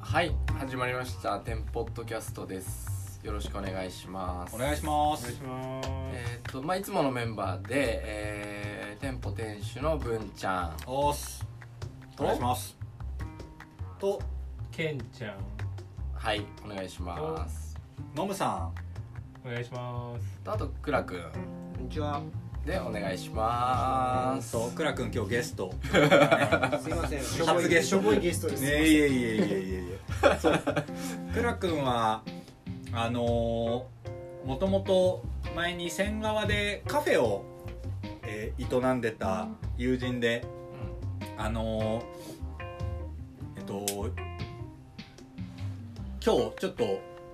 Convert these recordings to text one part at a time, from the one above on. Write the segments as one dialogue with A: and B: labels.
A: はい始まりました「テンポッドキャスト」ですよろしくお願いします
B: お願いします。
A: えーっとまあ、いつものメンバーで、えー、店舗店主の文ちゃん
B: おーす。お願いします。と、
C: ケンちゃん
A: はいお願いします
B: ノムさん。
C: お願いします
A: とあとくらくん
D: こんにちは。
A: でお願いします
B: と、クラ君今日ゲスト。
D: すいません。
B: 初ゲスト。
D: しょぼいゲストです。
B: ねえいえいえいえいえいえ。そう。クラ君はあのー、もともと前に仙川でカフェを、えー営んでた友人で、あのー、えっと今日ちょっと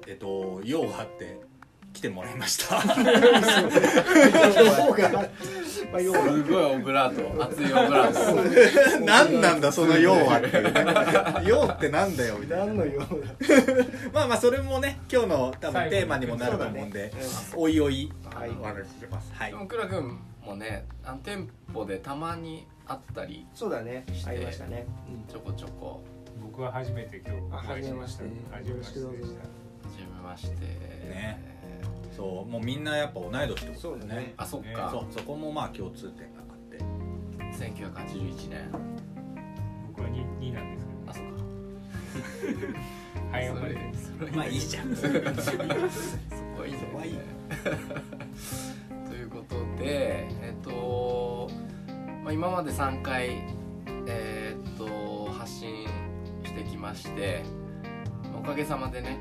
B: えっと用があって来てもらいました。
D: 用があって、まあ、用が
A: すごいオブラート熱いオブラート
B: 何なんだその用はっていうね用ってなんだよみたいな
D: 何の用だ。
B: まあまあそれもね今日の多分テーマにもなると思うんで、おいおい
D: はい
B: お話ししますはい
A: でもくらくんもねあの店舗でたまに会ったり
D: そうだね。ありましたね。
A: ちょこちょこ
C: 僕は初めて今日お
D: あ
C: 会いしました
D: 初めまして
C: 初めましてでし
A: 始めまして
B: ねそうもうみんなやっぱ同い年ってこと
D: そうだね。
A: あそっ
B: そ
A: か、
B: うそこもまあ共通点があって
A: 1981年
C: た僕は 2, 2なんです
A: あそっか
C: けどはい頑張れ
A: それ
B: まあいいじゃ ん
A: そこはいいんだよ
B: そこはい い
A: ねということでえっと、まあ、今まで3回えーっと発信してきましてまあおかげさまでね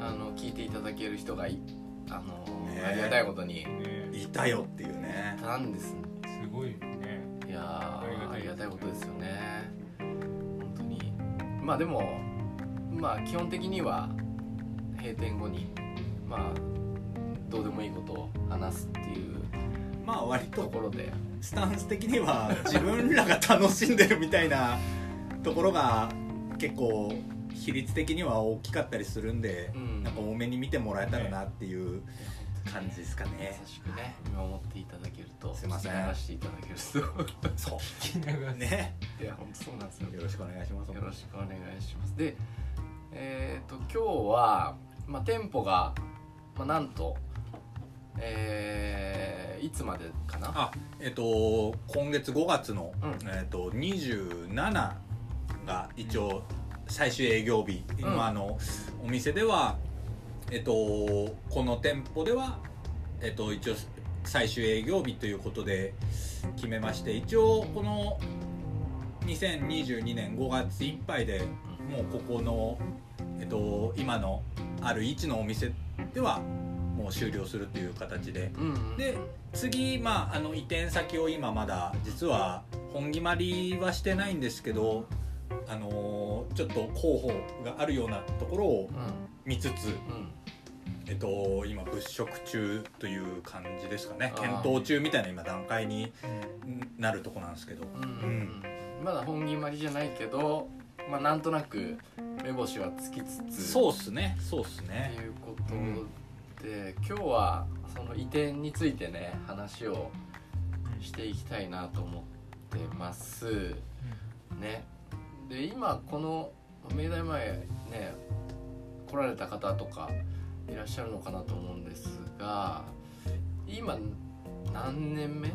A: あの聞いていただける人がいあの、
B: ねえ
A: ありがたいことに
C: ね
B: いたよっていうね
A: たんです
C: すごいね
A: いやーあ
C: あ
A: り
C: り
A: が
C: が
A: た
C: た
A: いこ
C: いことと
A: で
C: です
A: よね本当にまあでもまあ基本的には閉店後にまあどうでもいいことを話すっていう
B: まあ割
A: と
B: と
A: ころで
B: スタンス的には自分らが楽しんでるみたいなところが結構比率的には大きかったりするんで、
A: うん
B: なんか多めに見てもらえたらなっていう感じですか
A: 優
B: ね。
A: しくね見守っていただけると
B: すいません
A: 聞き流していただける
B: そ
C: 聞きながら
B: うね。
A: といや本当そうなんですよ
B: よろしくお願いします。
A: よろしくお願いしますでえっ、と今日は、まあ、店舗が、まあ、なんとえーいつまでかな
B: あ、えっ、と今月5月の、
A: うん
B: えっ、と27が一応最終営業日。
A: ん
B: 今あのお店ではえっ、とこの店舗ではえっ、と一応最終営業日ということで決めまして、一応この2022年5月いっぱいでもうここのえっ、と今のある位置のお店ではもう終了するという形で。
A: うんうん
B: で次、まあ、あの移転先を今まだ実は本決まりはしてないんですけど、あのーちょっと候補があるようなところを
A: う
B: 見つつ、
A: んうん
B: えっと、今物色中という感じですかね
A: あー
B: 検討中みたいな今段階になるとこなんですけど
A: うんまだ本決まりじゃないけど、まあ、なんとなく目星はつきつつ
B: そうっすねそうっす
A: って
B: ね
A: いうことで、今日はその移転についてね話をしていきたいなと思ってますねで今この明大前ね来られた方とかいらっしゃるのかなと思うんですが今何年目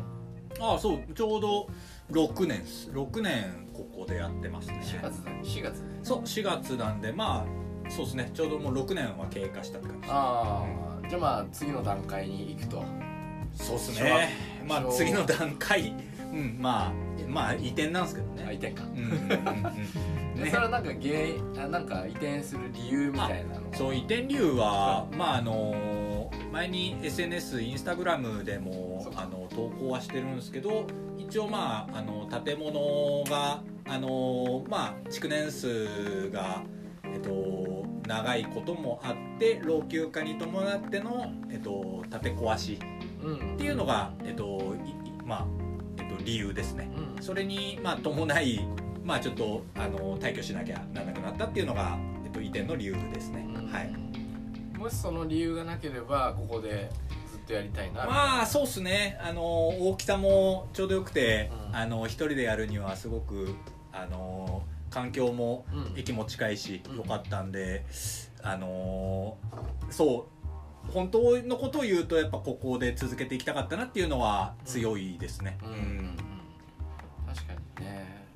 B: ああそうちょうど6年っす6年ここでやってますね
A: ?4 月だ4月
B: そう4月なんでまあそうですねちょうどもう6年は経過したって感じですね
A: ああじゃあまあ次の段階に行くと
B: そうっす
A: 小学
B: ねまあ
A: 小
B: 次の段階うんまあまあ移転なんですけど
A: 移転
B: ね
A: か、
B: うんうんうんうん
A: で
B: ね
A: それはなんか原因あなんか移転する理由みたいなの
B: そう移転理由はまああの前に SNS インスタグラムでも
A: そうか
B: あの投稿はしてるんですけど一応まああの建物があのまあ築年数がえっと長いこともあって老朽化に伴ってのえっと建て壊し
A: うん、うん
B: っていうのがえっといいまあえっと理由ですね。それにまあ伴い、まあ、ちょっとあの退去しなきゃならなくなったっていうのが、えっと、移転の理由ですね
A: う。ん
B: はい、
A: もしその理由がなければここでずっとやりたいな
B: まあそうっすねあの大きさもちょうどよくて、
A: うん
B: あの一人でやるにはすごくあの環境も
A: うん
B: 駅も近いし
A: うん
B: 良かったんで、あのそう本当のことを言うとやっぱここで続けていきたかったなっていうのは強いですね、
A: うんうんうん確かにね、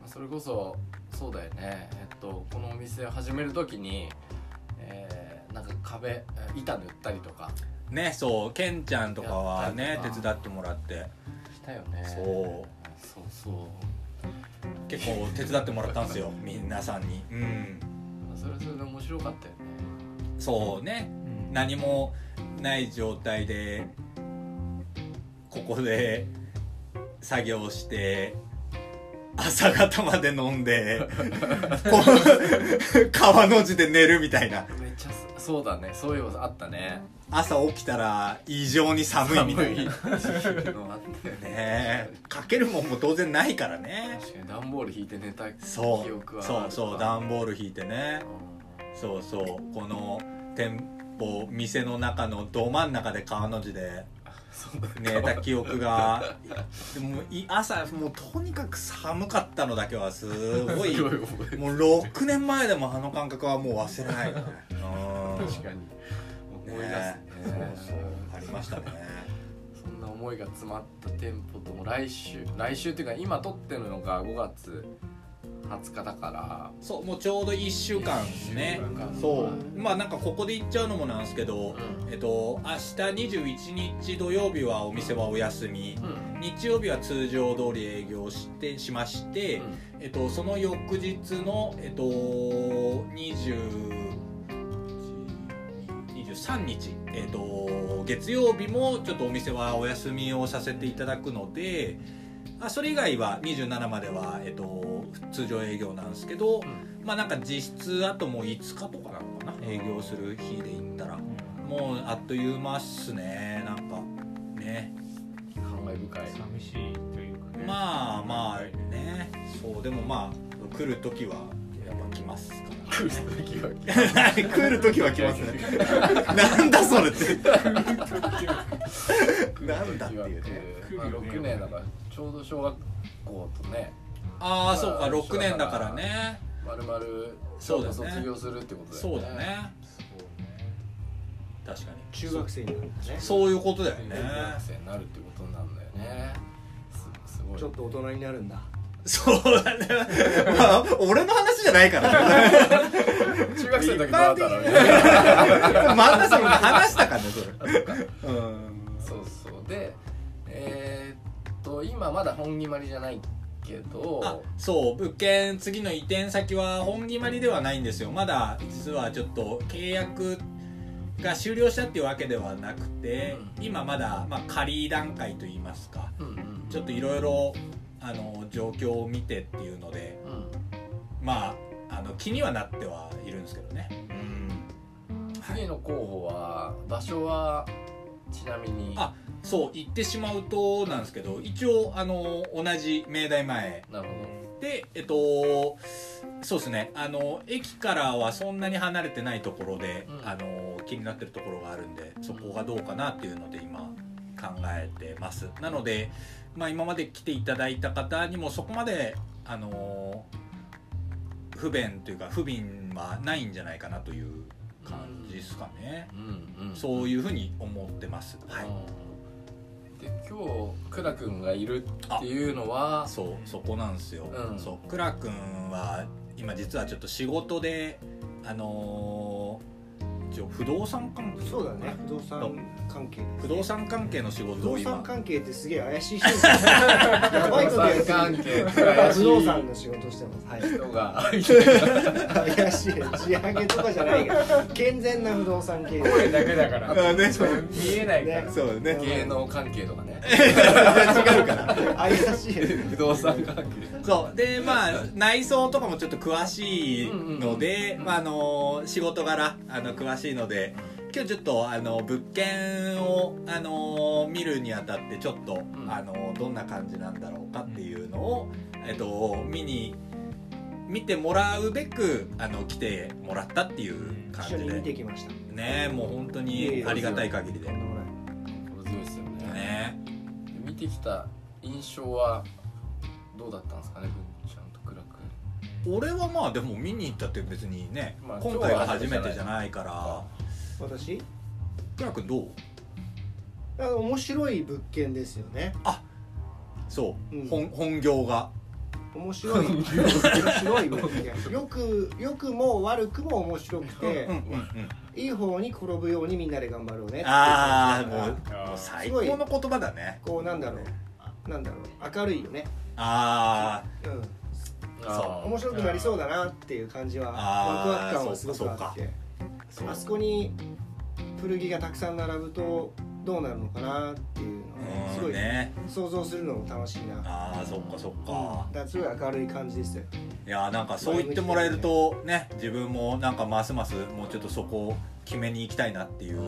A: まあ、それこそそうだよねえっとこのお店を始める時に、えーなんか壁えー板塗ったりとか
B: ねそうケンちゃんとかは
A: や
B: ね
A: ったりとか
B: 手伝ってもらって
A: したよね
B: そう
A: そうそう
B: 結構手伝ってもらったんで すよ皆さんにうん
A: まあそれはそれで面白かったよね
B: そうね
C: うん
B: 何もない状態でここで作業して朝方まで飲んで こう川の字で寝るみたいな
A: めっちゃそそうだねそういえばあったね
B: 朝起きたら異常に寒 いみたいなね
A: 寒いのあったよね
B: えかけるもんも当然ないからね
A: 確かに段ボール引いて寝た
B: そ
A: 記憶
B: う
A: は
B: そ
A: あ
B: う
A: る
B: そう段ボール引いてね
A: う
B: そうそうこの店舗店の中のど真ん中で川の字で
A: んそうだ
B: 寝た記憶がでもい朝もうとにかく寒かったのだけはすご い
A: すごい
B: も
A: 覚えてる
B: う6年前でもあの感覚はもう忘れ ないよねうん
A: 確かに思い出す
B: ねそう
A: ね
B: そうありましたね
A: そんな思いが詰まった店舗とも来週来週っていうか今撮ってるのが5月20日だから
B: そうもうちょうど1週間ですね
C: 一週間
B: そうまあなんかここで言っちゃうのもなんですけど、
A: う
B: えっと明日21日土曜日はお店はお休み
A: うん
B: 日曜日は通常通り営業してしまして、
A: う
B: えっと、その翌日の、えっと、20 23日、えっと、月曜日もちょっとお店はお休みをさせていただくのであそれ以外は27までは、えっと、通常営業なんですけど、
A: ん
B: まあなんか実質あともう5日とかなのかな営業する日で言ったらもうあっという間っすねなんかね
A: 感慨 深い
C: 寂しいというかね
B: まあまあねそうでもまあ来る時はやっぱ来ますから
A: 来る時は
B: 来る時は来ますね なんだそれってなんだっていうね
A: まあ6年だからちょうど小学校とね
B: ああそうか6年だからね
A: まるまる
B: そうだね
A: 卒業するってことだよ
B: そうだね確かに
D: 中学生になるんだね
B: そういうことだよね
A: 大学生になるってことなんだよねすすごい
D: ちょっと大人になるんだ
B: そうだね、まあ、俺の話じゃないからね
A: 中学生の時どうだったのみ たいな
B: 真ん中さんが話したからねそれうん
A: そうそうでえーっと今まだ本決まりじゃないけ
B: あ
A: ど
B: そう物件次の移転先は本決まりではないんですよまだ実はちょっと契約が終了したっていうわけではなくて、
A: うん
B: 今まだ、まあ、仮段階といいますか
A: うんうん
B: ちょっといろいろあの状況を見てっていうので
A: うん
B: まああの気にはなってはいるんですけどね
A: 次の候補は場所はちなみに
B: あそう言ってしまうとなんですけど一応あの同じ明大前
A: なるほ
B: でえっとそうですねあの駅からはそんなに離れてないところで、
A: うん
B: あの気になってるところがあるんでそこがどうかなっていうので今考えてますなので、まあ、今まで来ていただいた方にもそこまであの不便というか不便はないんじゃないかなという
A: ど
B: 感じですかね、
A: うんうん
B: そういうふうに思ってます、はい
A: うんで今日くらくんがいるっていうのは
B: そうそこなんですよ、
A: うん
B: そうクラ君は今実はちょっと仕事であのー一応不動産関係
D: そうだね不動産関係
B: 不動産関係の仕
D: 不
B: 事を
D: 動
B: 今
D: 産関係ってすげえ怪しい人ですねやばいことやって
A: 不動産関係って
D: る
A: 怪しい
D: 不動産の仕事してますはい
A: 人が
D: 怪しい仕上げとかじゃないけど健全な不動産系です
C: 声だけだから
B: あね
C: 見えないから
D: ね
B: そうね
A: 芸能関係とかね
B: 違うから
D: 怪しい
A: 不動産関係
B: そうでまあ内装とかもちょっと詳しいので、まああのー仕事柄あの詳しいので今日ちょっとあの物件をあのー見るにあたってちょっと、
A: ん
B: あのーどんな感じなんだろうかっていうのを、えっと、見に見てもらうべくあの来てもらったっていう感
D: 一緒
B: じ
D: に見て
B: で
D: きました
B: ねもう本当にありがたい限りで
D: とんでもない
A: これ強いですよね
B: ね
A: で見てきた印象はどうだったんですかね文ちゃんとクラ君
B: 俺はまあでも見に行ったって別にね、
A: まあ
B: 今回が初めてじゃないから
D: 私
B: クラ君どう
D: あ面白い物件ですよね
B: そう、
D: うん
B: 本本業が
D: 面白い面白い物件よくよくも悪くも面白くて、
B: うんうんうん
D: いい方に転ぶようにみんなで頑張ろうねっていう
B: ああもう
C: あー
B: もう最高の言葉だね
D: こうなんだろうなんだろう明るいよね、
B: あ
D: うん、
B: あ
D: 面白くなりそうだなっていう感じはワ
B: あ
D: ク
B: ー
D: ワク感はすごくあって
B: そうか
D: あそこに古着がたくさん並ぶとどうなるのかなっていう
B: あ
D: のはすご
B: うん
D: い
B: ね
D: 想像するのも楽しいな、うん、だ
B: ああそっかそっか
D: からすごい明るい感じですよ
B: いやーなんかそう言ってもらえるとね自分もなんかますますもうちょっとそこを決めに行きたいなっていう
A: うん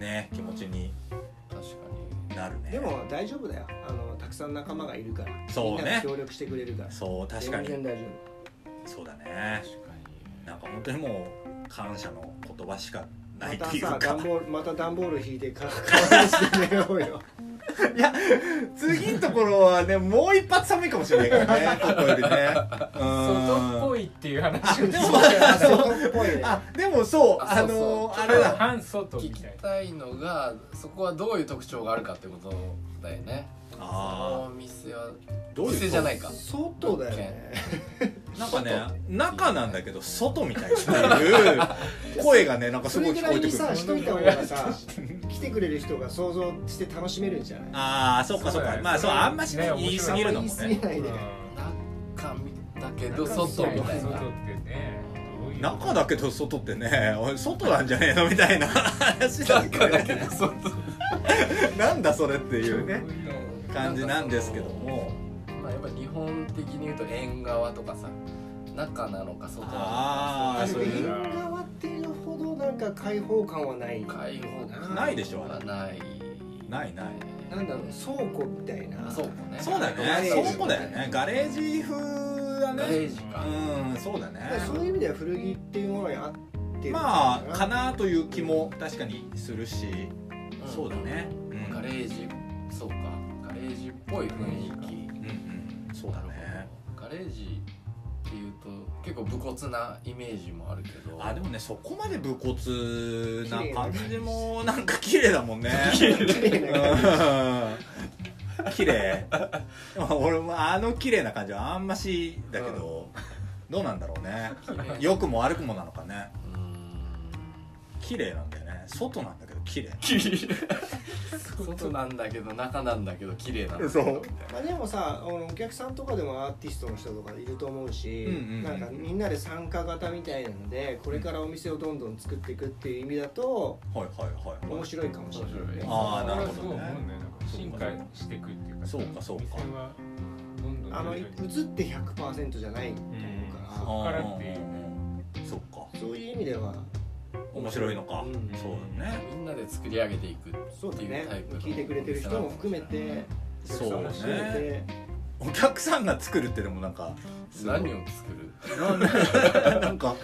B: ね気持ちに
A: 確か
B: なるね
D: でも大丈夫だよあのたくさん仲間がいるから
B: そうね
D: みんなが協力してくれるから
B: そう確かに
D: 全然大丈
B: そうだね
A: に確かに
B: なんか本当にもう感謝の言葉しか
D: 夫
B: ない
D: ま
B: っていう
D: たさ
B: か
D: 段ボールまた段ボール引いてか かわいして寝ようよ
B: いや次のところはねもう一発寒いかもしれないからねここよりね
C: 外っぽいっていう話を
B: で
C: し
B: も
D: 外っぽいね
B: あでもそう
A: あそうそう
B: ー
C: てた半外み
A: 聞き
C: たいな
A: たいのがそこはどういう特徴があるかってことだよね
B: あ
A: お店は
B: ーどう
A: お
B: いう
A: 店じゃないか
D: 外だよね
B: なんかね中なんだけど外みたいっていう声がねなんかす
D: そ
B: ご
D: れ
B: い
D: ぐ
B: 聞
D: ら
B: こえ
D: い
B: て
D: に
B: くる
D: さしといた方が さ来てくれる人が想像して楽しめるんじゃない
B: ああそっかそっ
C: そうだ
B: か
C: ね
B: まあそうあんまし
C: ね
B: 言い過ぎるのも
D: あんまり言い
B: ね
D: 過ぎないで
A: 中だけ
C: うん
A: ど外みたい
C: 外
A: な
C: ってねどういう
B: 中だけど外ってね俺外なんじゃねえのみたいな話だけど
A: 中だけど外
B: なんだそれっていうね
C: どういう
B: 感じなんですけども
A: まあやっぱ日本的に言うと縁側とかさ中なのか外なの
B: あ
A: か
B: ー
D: あ
A: そ
D: の
A: う
B: れ
A: い
D: 縁
A: う
D: 側っていうほどなんか開放感はない
A: 開放感
B: ないでしょあれ
A: ない
B: ないない
D: なんだろう倉庫みたいな
A: 倉庫ね
B: そうだ
D: ガレ
B: ね
D: ージ
B: 倉庫だよねガレージ風だ
A: ガレー
B: ね
A: ジか
B: うんそうだね
D: だからそういう意味では古着っていうものに合ってる
B: まあか
D: かな
B: なという気も確かにするし、
A: うん
B: そうだね、うん
A: ガレージそうかガレージっぽい雰囲気
B: うんうんそうだね
A: ガレージっていうと結構武骨なイメージもあるけど
B: あでもねそこまで武骨な感じもなんか綺麗だもんね綺麗
D: 綺麗な感じ
B: 綺麗まあ俺もあの綺麗な感じはあんましだけど、どうなんだろうね
A: 麗
B: 良くも悪くもなのかね
A: うーん
B: 綺麗なんだよね外なんだけど綺麗
A: 外なんだけど中なんだけど綺麗な
B: そう
D: まあでもさあのお客さんとかでもアーティストの人とかいると思うし、
B: うんうんうん
D: なんかみんなで参加型みたいなのでこれからお店をどんどん作っていくっていう意味だと
B: はいはいはい
D: 面白いかもしれない
A: 面白い
B: あーなるほどね
C: そう思うんだよなんか進化していくっていうか
B: そうかそうか
C: お店はどんどん
D: あの
C: 徐
D: 映
C: 々
D: っ
C: に
D: て100%じゃないと思うか、
C: こからっていう
B: うんそっから
D: そういう意味では
B: 面白いのか、
D: うん
B: そうだね
A: みんなで作り上げていく
D: そうだ
A: ってい
D: ね
A: うタイプの
D: 聞いてくれてる人も含めてお客
B: そう
D: さ
B: だ
D: んも含め
B: ね
D: て
B: お客さんが作るってでもなんかすごい
A: 何を作る
B: ななんか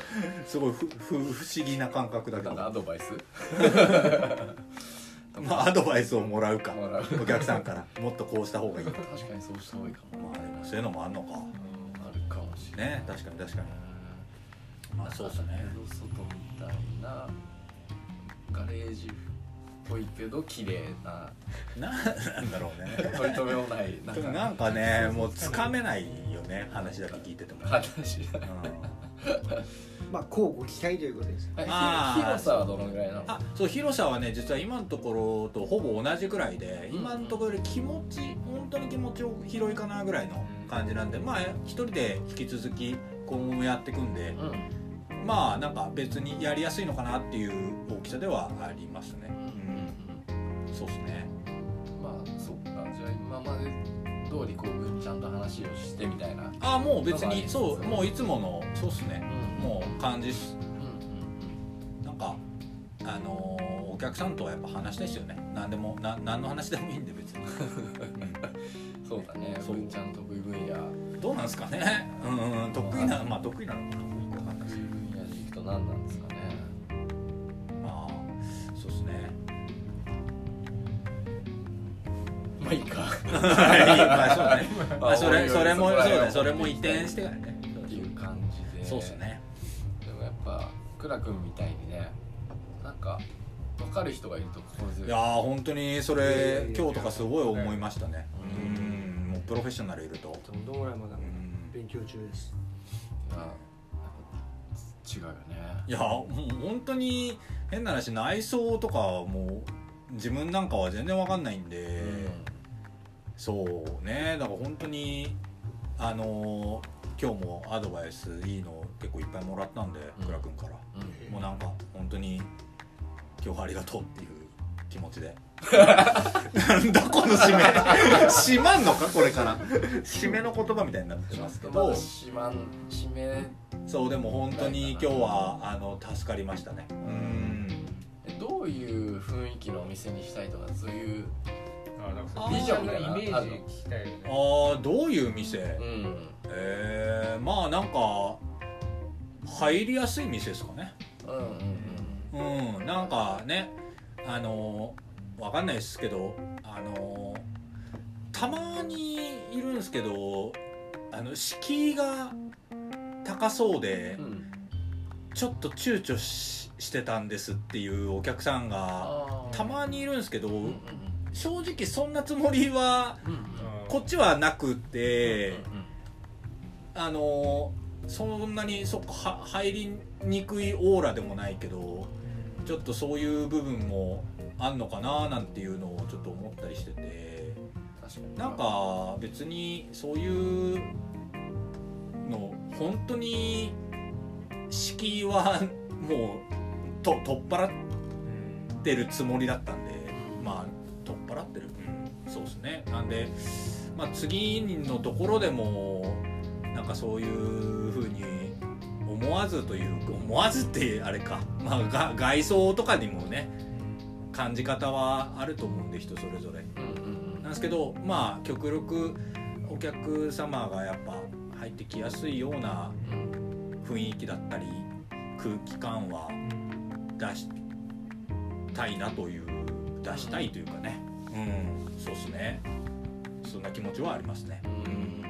B: すごいふふ不思議な感覚だけ
A: な
B: ど
A: んかアドバイス
B: まあアドバイスをもらうか
A: もらう
B: お客さんからもっとこうした方がいいとか、
A: 確かにそうした方がいいかも
B: まあ、でもそういうのもあんのか
A: あるかもしれない
B: ね確かに確かにまあそうですね
A: 外みたいなガレージっぽいけど綺麗 な
B: ななんだろうね
A: 取り留めもない なん
B: でも
A: か
B: なんかねもうつかめないよね話だけ聞いてても、うん、
A: 話
D: まあ交互期待ということですよ
B: あー
A: 広さはどのぐらいなの
B: あそう広さはね実は今のところとほぼ同じくらいで
A: うん
B: 今のところより気持ち本当に気持ち広いかなぐらいの感じなんでまあ一人で引き続き今後もやっていくんで
A: うん
B: まあなんか別にやりやすいのかなっていう大きさではありますね、うん、そうですね
A: まあそっかじゃあ今まで通りこうぐっちゃんと話をしてみたいなうん
B: ああもう別
A: なんかあり
B: に
A: ます
B: そうもういつものそうっすねもう感じっす
A: うんうん
B: なんかあのーお客さんとはやっぱ話ですよね何でもな何の話でもいいんで別
A: う
B: に
A: んそうだね
B: そう
A: 文ちゃん得意分野
B: どうなんですかねうん得意なまあ得意なのかなわかんないです
A: 得意分野でいくと何なんですかね
B: まあそうですね
A: まあいいか
B: まあそうだねま
A: まあ
B: あそ れそれも
A: お
B: そ
A: いうおい
B: だね
A: そ
B: そ
A: こら
B: れ
A: 辺
B: も移転してからね
A: っていう感じで
B: そうですね
A: でもやっぱくらくんみたいにねなんか分かる人がいると心強い
B: いやー本当にそれ今日とかすごい思いましたね
A: う
B: うんもうプロフェッショナルいると
D: とんでもないまだ
B: うん
D: 勉強中です
A: いやなんか違うよね
B: いやもう本当に変な話内装とかもう自分なんかは全然わかんないんで、そうねだから本当にあのー今日もアドバイスいいの結構いっぱいもらったんで
A: うん
B: くらくんから、
A: うん、うん
B: もうなんか本当に今日はありがとうっていう気持ち でなんだこの締 め締まんのかこれから締めの言葉みたいになって
A: ちょ
B: ま
A: っ
B: すけ
A: とま
B: ど
A: だ締まん締め
B: そうでも本当に今日はあの助かりましたねうん
A: えどういう雰囲気のお店にしたいとかそういう
C: あなんか
B: あ
C: そ
B: ー
C: れビジョンのイメージ聞きたいよ
B: あ
C: ね
B: ーどういう店、
A: うん
B: えー、まあなんか入りやすい店ですかね
A: うんうんうん
B: うんなんかねあのーわかんないですけどあのーたまにいるんですけどあの敷居が高そうで
A: うん
B: ちょっと躊躇ししてたんですっていうお客さんが
A: あー
B: たまにいるんですけど
A: うんうん
B: 正直そんなつもりは
A: うんうん
B: こっちはなくて。
A: うん
B: あのーそんなにそっかは入りにくいオーラでもないけどちょっとそういう部分もあんのかななんていうのをちょっと思ったりしてて
A: 確かに
B: なんか別にそういうの本当に敷居はもうと取っ払ってるつもりだったんでまあ取っ払ってる、うん、そうですねなんで、まあ、次のところでもなんかそういうふうに思わずというか思わずってあれか、まあ、が外装とかにもね感じ方はあると思うんで人それぞれ
A: うんうん
B: なんですけどまあ極力お客様がやっぱ入ってきやすいような
A: うん
B: 雰囲気だったり空気感は出したいなという出したいというかねうん、そうですねそんな気持ちはありますね
A: うーん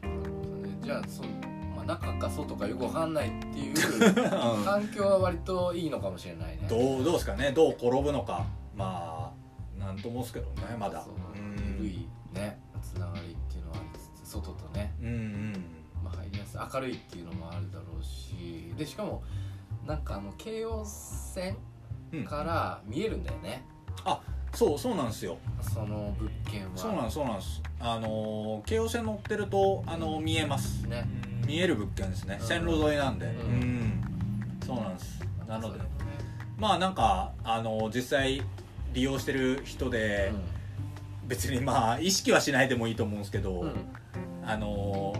A: なるほどねじゃあその、まあ、中か外かよくわかんないっていう環境は割といいのかもしれないね
B: どうどうですかねどう転ぶのかまあなんともですけどねまだ
A: そう
B: うん
A: 緩いねつながりっていうのはありつつ外とね、
B: うんうん
A: まあ、入りやすい明るいっていうのもあるだろうしでしかもなんかあの京王線
B: うん
A: から見えるんだよね、
B: そうそうなんですよ
A: その物件は
B: そうなんですそうなんですあのー京王線乗ってるとあのー見えます
A: ね
B: 見える物件ですね
A: うん
B: 線路沿いなんでうん
A: う、
B: そうなんですなの
A: そ
B: で
A: れもね
B: まあなんかあの実際利用してる人で、別にまあ意識はしないでもいいと思うんですけど、
A: うんうん
B: あの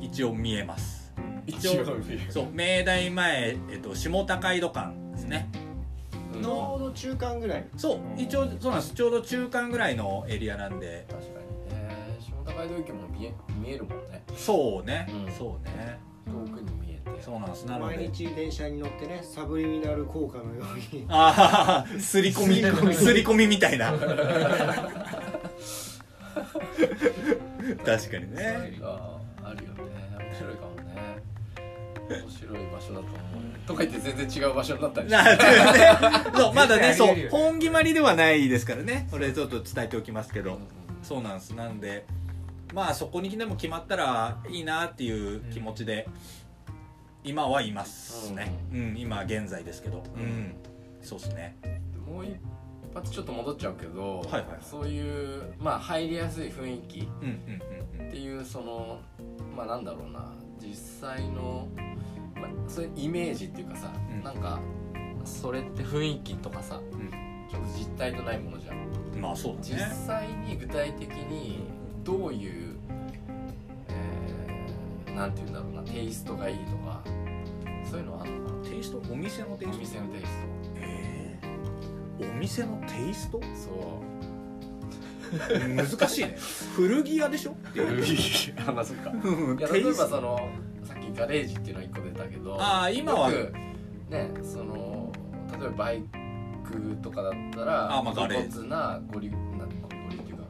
B: 一応見えます
A: 一応
B: そう明大前、えっと、下高井戸間ですね、
A: うん
D: ちょうど中間ぐらい
B: そう
C: うん
B: 一応そうなんですちょうど中間ぐらいのエリアなんで
A: 確かにね下高井戸駅も見え見えるもんね
B: そうね、
A: うん
B: そうね
A: 遠くに見えて
B: そうなんですなの
D: 毎
B: で
D: 日電車に乗ってねサブリミナル効果のように
B: ああすり込み
D: 刷り込み
B: すり込みみたいな確かにね
A: があるよね面白いかもね面白い場所だと思うよとか言って全然違う場所になったりして
B: なね、そうまだね
C: 絶対
B: そ
C: ありえるよね
B: う本決まりではないですからねこれちょっと伝えておきますけどそうなんですなんでまあそこにでも決まったらいいなっていう気持ちで、今はいますねうん、今現在ですけどうん、そうですね
A: もう一発ちょっと戻っちゃうけど、
B: はいはいはい
A: そういうまあ入りやすい雰囲気っ
B: うんうんうん
A: ていうそのまあなんだろうな実際の、まあ、そういうイメージっていうかさ、
B: うん
A: なんかそれって雰囲気とかさ
B: うん
A: ちょっと実体とないものじゃん
B: うんまあそう
A: 実
B: だね
A: 際に具体的にどういう、えー、なんていうんだろうなテイストがいいとかそういうのはあるのか
B: テイストお店のテイ
A: な
B: ス
A: お
B: ト
A: 店のテイス
B: えーお店のテイスト
A: トそう
B: 難しいね 古着屋でし ょっていう
A: 話すか
B: うん
A: いや
B: テ
A: 例え
B: イ
A: ば
B: スト
A: そのさっきガレージっていうのは1個出たけど
B: あー今は
A: よくねその例えばバイクとかだったら
B: あーまあガレージ
A: 露骨なゴリなんゴリゴリっていうか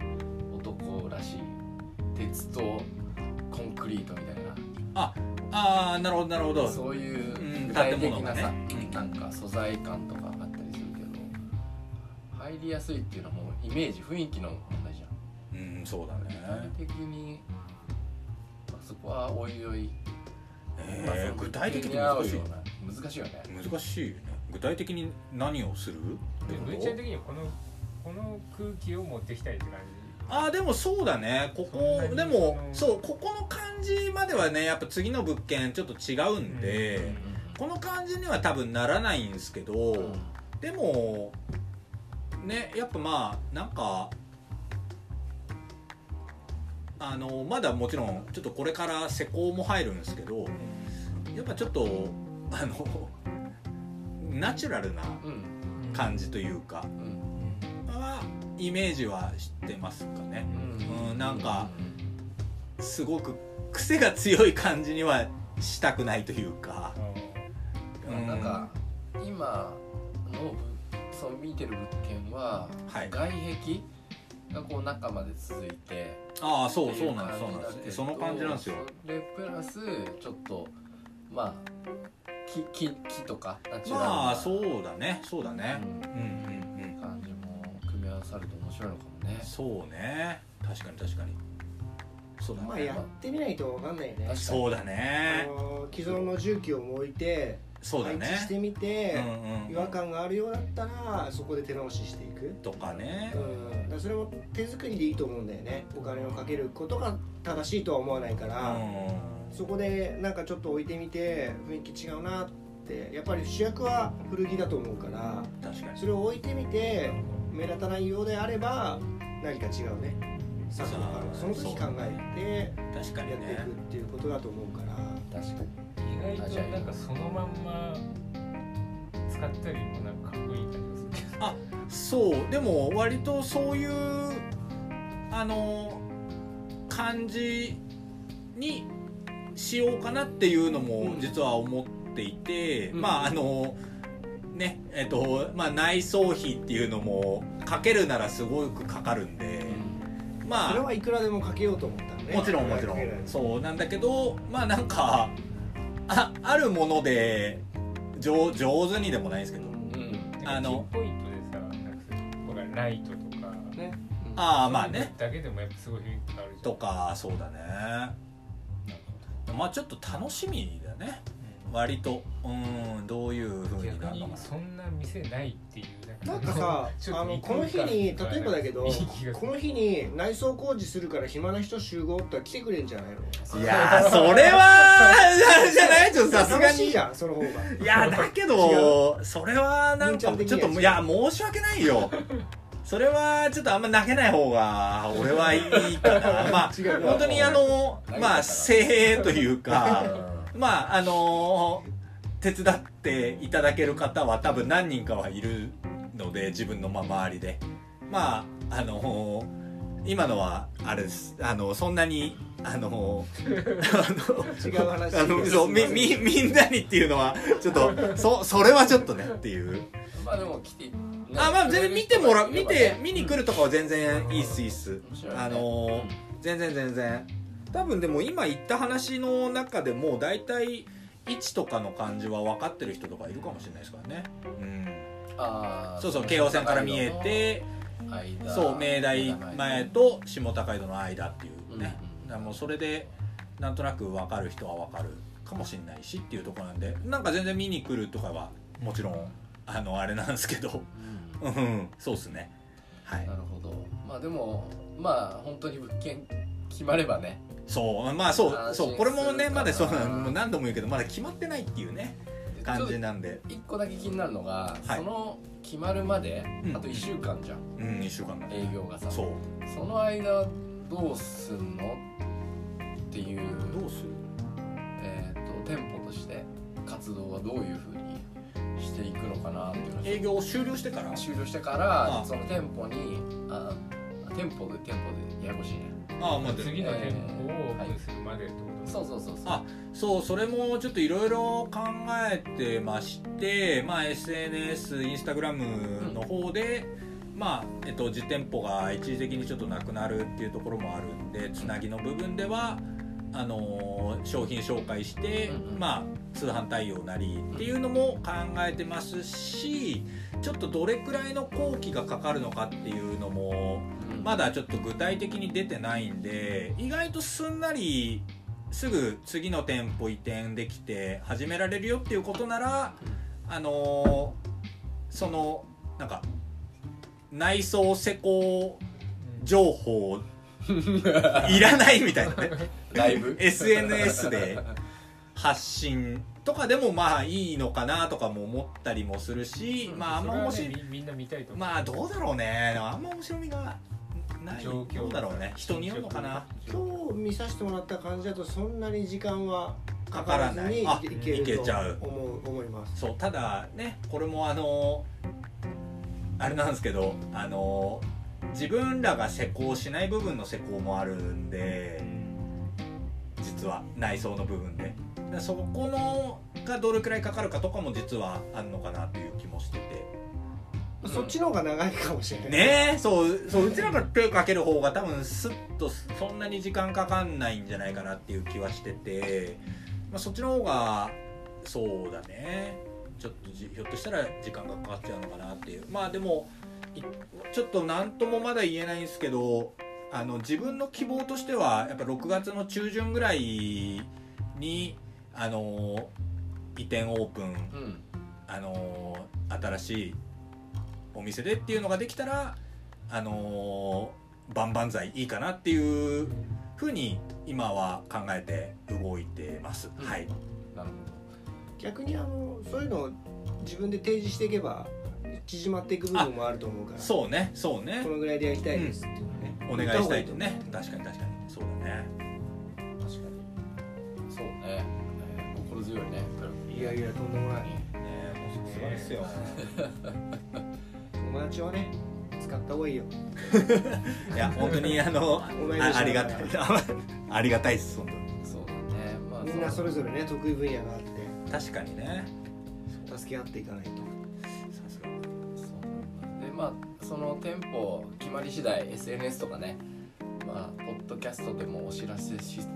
A: 男らしい鉄とコンクリートみたいな
B: ああなるほどなるほど
A: そういう
B: うん
A: 具体的な
B: 建
A: さ、
B: 物がね
A: なんか素材感とかあったりするけど入りやすいっていうのはもうイメージ雰囲気の問題じゃん
B: うんそうだ
A: 具体
B: ね
A: 的に、まあ、そこはおいおいまあそ
B: えー
A: の
B: 具体的に難しいよね
A: 難しいよね
B: 難しいよね具体的に何をするってこ
C: 文ちゃん
B: と
C: 的にはこのこの空気を持ってきたいって感
B: ああでもそうだねこ
C: そんな
B: こ
C: に
B: でも
C: そ
B: そうここの感じまではねやっぱ次の物件ちょっと違う
C: じ
B: んで、
C: うん
B: この感じには多分ならないんですけど、
A: うん
B: でもねやっぱまあなんかあのまだもちろんちょっとこれから施工も入るんですけどやっぱちょっとあのナチュラルな
A: うん
B: 感じというか
A: うん
B: はイメージは知ってますかね
A: うん
B: うんなんかすごく癖が強い感じにはしたくないというか
C: あ、の
B: うん
A: なんか今のぶそう見てる物件は
B: はい
A: 外壁がこう中まで続いて
B: ああ
A: っ
B: そう
A: てい
B: そうなんですそうなん
A: け
B: で
A: ど
B: すその感じなんですよ
A: それプラスちょっとまあ木木木とかナチュラルな
B: まあそうだねそうだね、
A: うん
B: うんうんうん
A: 感じも組み合わさると面白いのかもね
B: そうね確かに確かにそうだね、
D: まあやってみないとわかんないよね
A: 確
B: そうだ
D: あ
B: ね
D: の既存の重機を置いて
B: そうだ
D: 配置して
B: ね
D: みて、
B: うんうん
D: 違和感があるようだったらそこで手直ししていく、
B: とかね
D: うん、だからそれも手作りでいいと思うんだよねお金をかけることが正しいとは思わないか
B: う
D: ら、
B: ん
D: そこでなんかちょっと置いてみて雰囲気違うなってやっぱり主役は古着だと思うから
B: 確かに
D: それを置いてみて目立たないようであれば何か違うね作品からその時考え
B: 確か
D: てやっ
B: に
D: てい
B: ね
D: くっていうことだと思うから
A: 確かに
C: 意外となんかそのまんま使ったよりもなんかかっこいい感じがする
B: そうでも割とそういうあの感じにしようかなっていうのも
D: うん
B: 実は思っていて、
A: うん
B: まああのねえっとまあ内装費っていうのもかけるならすごくかかるんで、まあ
D: それはいくらでもかけようと思ったのね
B: もちろんもちろん
D: かけられる
B: そうなんだけどまあなんかああるもので上上手にでもないですけど
A: うんうん
B: あの
C: ピンポイントでさなんかほらライトとか
D: ね
B: ああまあね
C: だけでもやっぱすごい雰囲気変わるじゃ
B: と
C: ん
B: かそうだねまあちょっと楽しみだね割とうんどういう風にな
C: 逆
B: るの
C: に
B: か
C: そんな店ないっていう
D: なんかさ
C: ちょっ
D: あ
C: と
D: の
C: 異
D: こ
C: 空間
D: の日に例えばだけど
C: いい気がす
D: こ
C: る
D: の日に内装工事するから暇な人集合って来てくれんじゃないの
B: な。いやーそれはじゃないちょっとさすが
D: 楽しい
B: に
D: じゃんその方が
B: いやだけどそれはなん
D: 文ちゃ
B: か
D: ん的
B: ちょっ
D: には
B: といや申し訳ないよそれはちょっとあんま投げない方が俺はいいかなまあ
D: 違う
B: 本当にあの
A: 投げたか
B: まあ
A: ら
B: 精鋭という
A: う
B: か
A: ん
B: まああの手伝っていただける方は多分何人かはいるので自分のまあ周りでまああの今のはあれですあのそんなにあの あの
D: 違う話
B: あのそうみみみんなにっていうのはちょっとそそれはちょっとねっていう
A: まあでも来て、ね
B: あまあ全然見てもらう見て見に来
A: る
B: るとかは全然いいっすいいっす
A: 面白いね
B: あのー全然全然多分でも今言った話の中でもう大体位置とかの感じは分かってる人とかいるかもしれないですからねうん
A: あー
B: そうそう京王線から見えて
A: 間
B: そう明大前と下高井戸の間っていうね
A: うんうん
B: だからもうそれでなんとなく分かる人は分かるかもしれないしっていうところなんでなんか全然見に来るとかはもちろんあのあれなんですけど
A: うん
B: うんそうっすねはい
A: なるほどまあでもまあ本当に物件決まればね
B: そうまあそ
A: 安心
B: うそうこれも
A: するか
B: ね
A: な
B: まだそうなのもう何度も言うけどまだ決まってないっていうね
A: で
B: 感
A: ちょ
B: じ
A: っ
B: なんで
A: と一個だけ気になるのが、
B: はい
A: その決まるまで
B: うん
A: あと1週間じゃん、
B: うん1週間だ
A: 営業がさ
B: そう
A: その間どうすんのっていう、
B: どうする
A: えー、と店舗として活動はどういうふうにしていくのかなっていうのをちょっと
B: 営業を終了してから
A: 終了してから
B: あ
A: その店舗にああ店舗で店舗でややこしいね
B: ああまあでも
C: 次の店舗をオープンするまでってこと
A: そうそうそうそう
B: あそうそれもちょっといろいろ考えてまして、まあ、SNS インスタグラムの方で、まあえっと、実店舗が一時的にちょっとなくなるっていうところもあるんでつなぎの部分ではあのー商品紹介して、
A: うんうん
B: まあ、通販対応なりっていうのも考えてますしちょっとどれくらいの工期がかかるのかっていうのも
A: うん
B: まだちょっと具体的に出てないんで意外とすんなりすぐ次の店舗移転できて始められるよっていうことならあのーそのなんか内装施工情報いらないみたいなね
A: ライ ブ
B: SNS で発信とかでもまあいいのかなとかも思ったりもするし、
C: うん
B: まああんま面白い
C: それはねみみんな見たいと思う
B: まあどうだろうねあんま面白みがない
C: 状況
B: どうだろうね人によるのかな
D: 今日見させてもらった感じだとそんなに時間はか
B: か
D: か
B: からら
D: ず
B: ない
D: に
B: あ
D: いけ
B: いけ
D: る
B: ち
D: と
B: ゃう
D: 思う思います
B: そうただねこれもあのあれなんですけどあの自分らが施工しない部分の施工もあるんで実は内装の部分でだからそこのがどれくらいかかるかとかも実はあるのかなという気もしてて
A: うん
D: そっちの方が長いかもしれない
B: ねえそうそううちらが手をかける方が多分スッとそんなに時間かかんないんじゃないかなっていう気はしてて、まあ、そっちの方がそうだねちょっとじひょっとしたら時間がかかっちゃうのかなっていうまあでもいちょっと何ともまだ言えないんですけどあの自分の希望としてはやっぱ6月の中旬ぐらいにあの移転オープン
A: うん
B: あのー新しいお店でっていうのができたら、あのー、万々歳いいかなっていうふうに今は考えて動いてます。
A: うん
B: はい、
A: なる
D: 逆にあのそういうのを自分で提示していけば縮まっていく部分もあると思うから
B: そうね、そうね
D: こ。のぐらいでやりたいですっていうのね、
B: お願いしたいとね
D: 言。った方がいい
B: 確かに確かに。そうだね。確か
A: ほどそうね、えー心強いね
D: と思ういやいやとんでもない
B: に。ねもうすぐ座るっすよ。
D: 友達はね使った方がいいよ
B: いや、本当にあの、
D: お願いします
B: あありがたい。ありがたいです、本当に。
A: そうだねまあ
D: みんなそれ
A: ぞ
D: ぞれね得意分野があって
B: 確かにね。
D: 助け合っていかないと
B: さすが。
A: れでまあその店舗決まり次第 SNS とかねまあポッドキャストでもお知らせしつつ
B: うん、うん。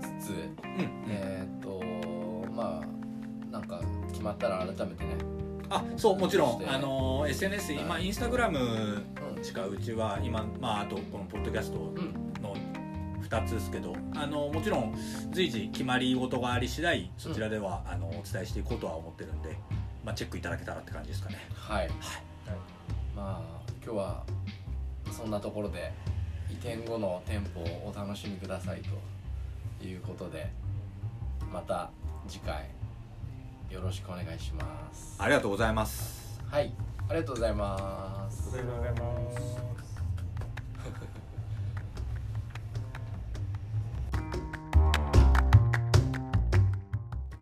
A: えーっとまあなんか決まったら改めてね
B: あそうもちろ
A: そし
B: ん
A: て
B: あの SNS
A: はい
B: 今インスタグラム
A: うん
B: しかうちは今まああとこのポッドキャスト
A: うん
B: の2つですけどあのもちろん随時決まり事があり次第そちらでは、あのお伝えしていこうとは思ってるんで、まあ、チェックいただけたらって感じですかね
A: はいまあ今日はそんなところで移転後の店舗をお楽しみくださいということでまた次回よろしくお願いします
B: ありがとうございます
A: はいありがとうございます
C: ありがとうございます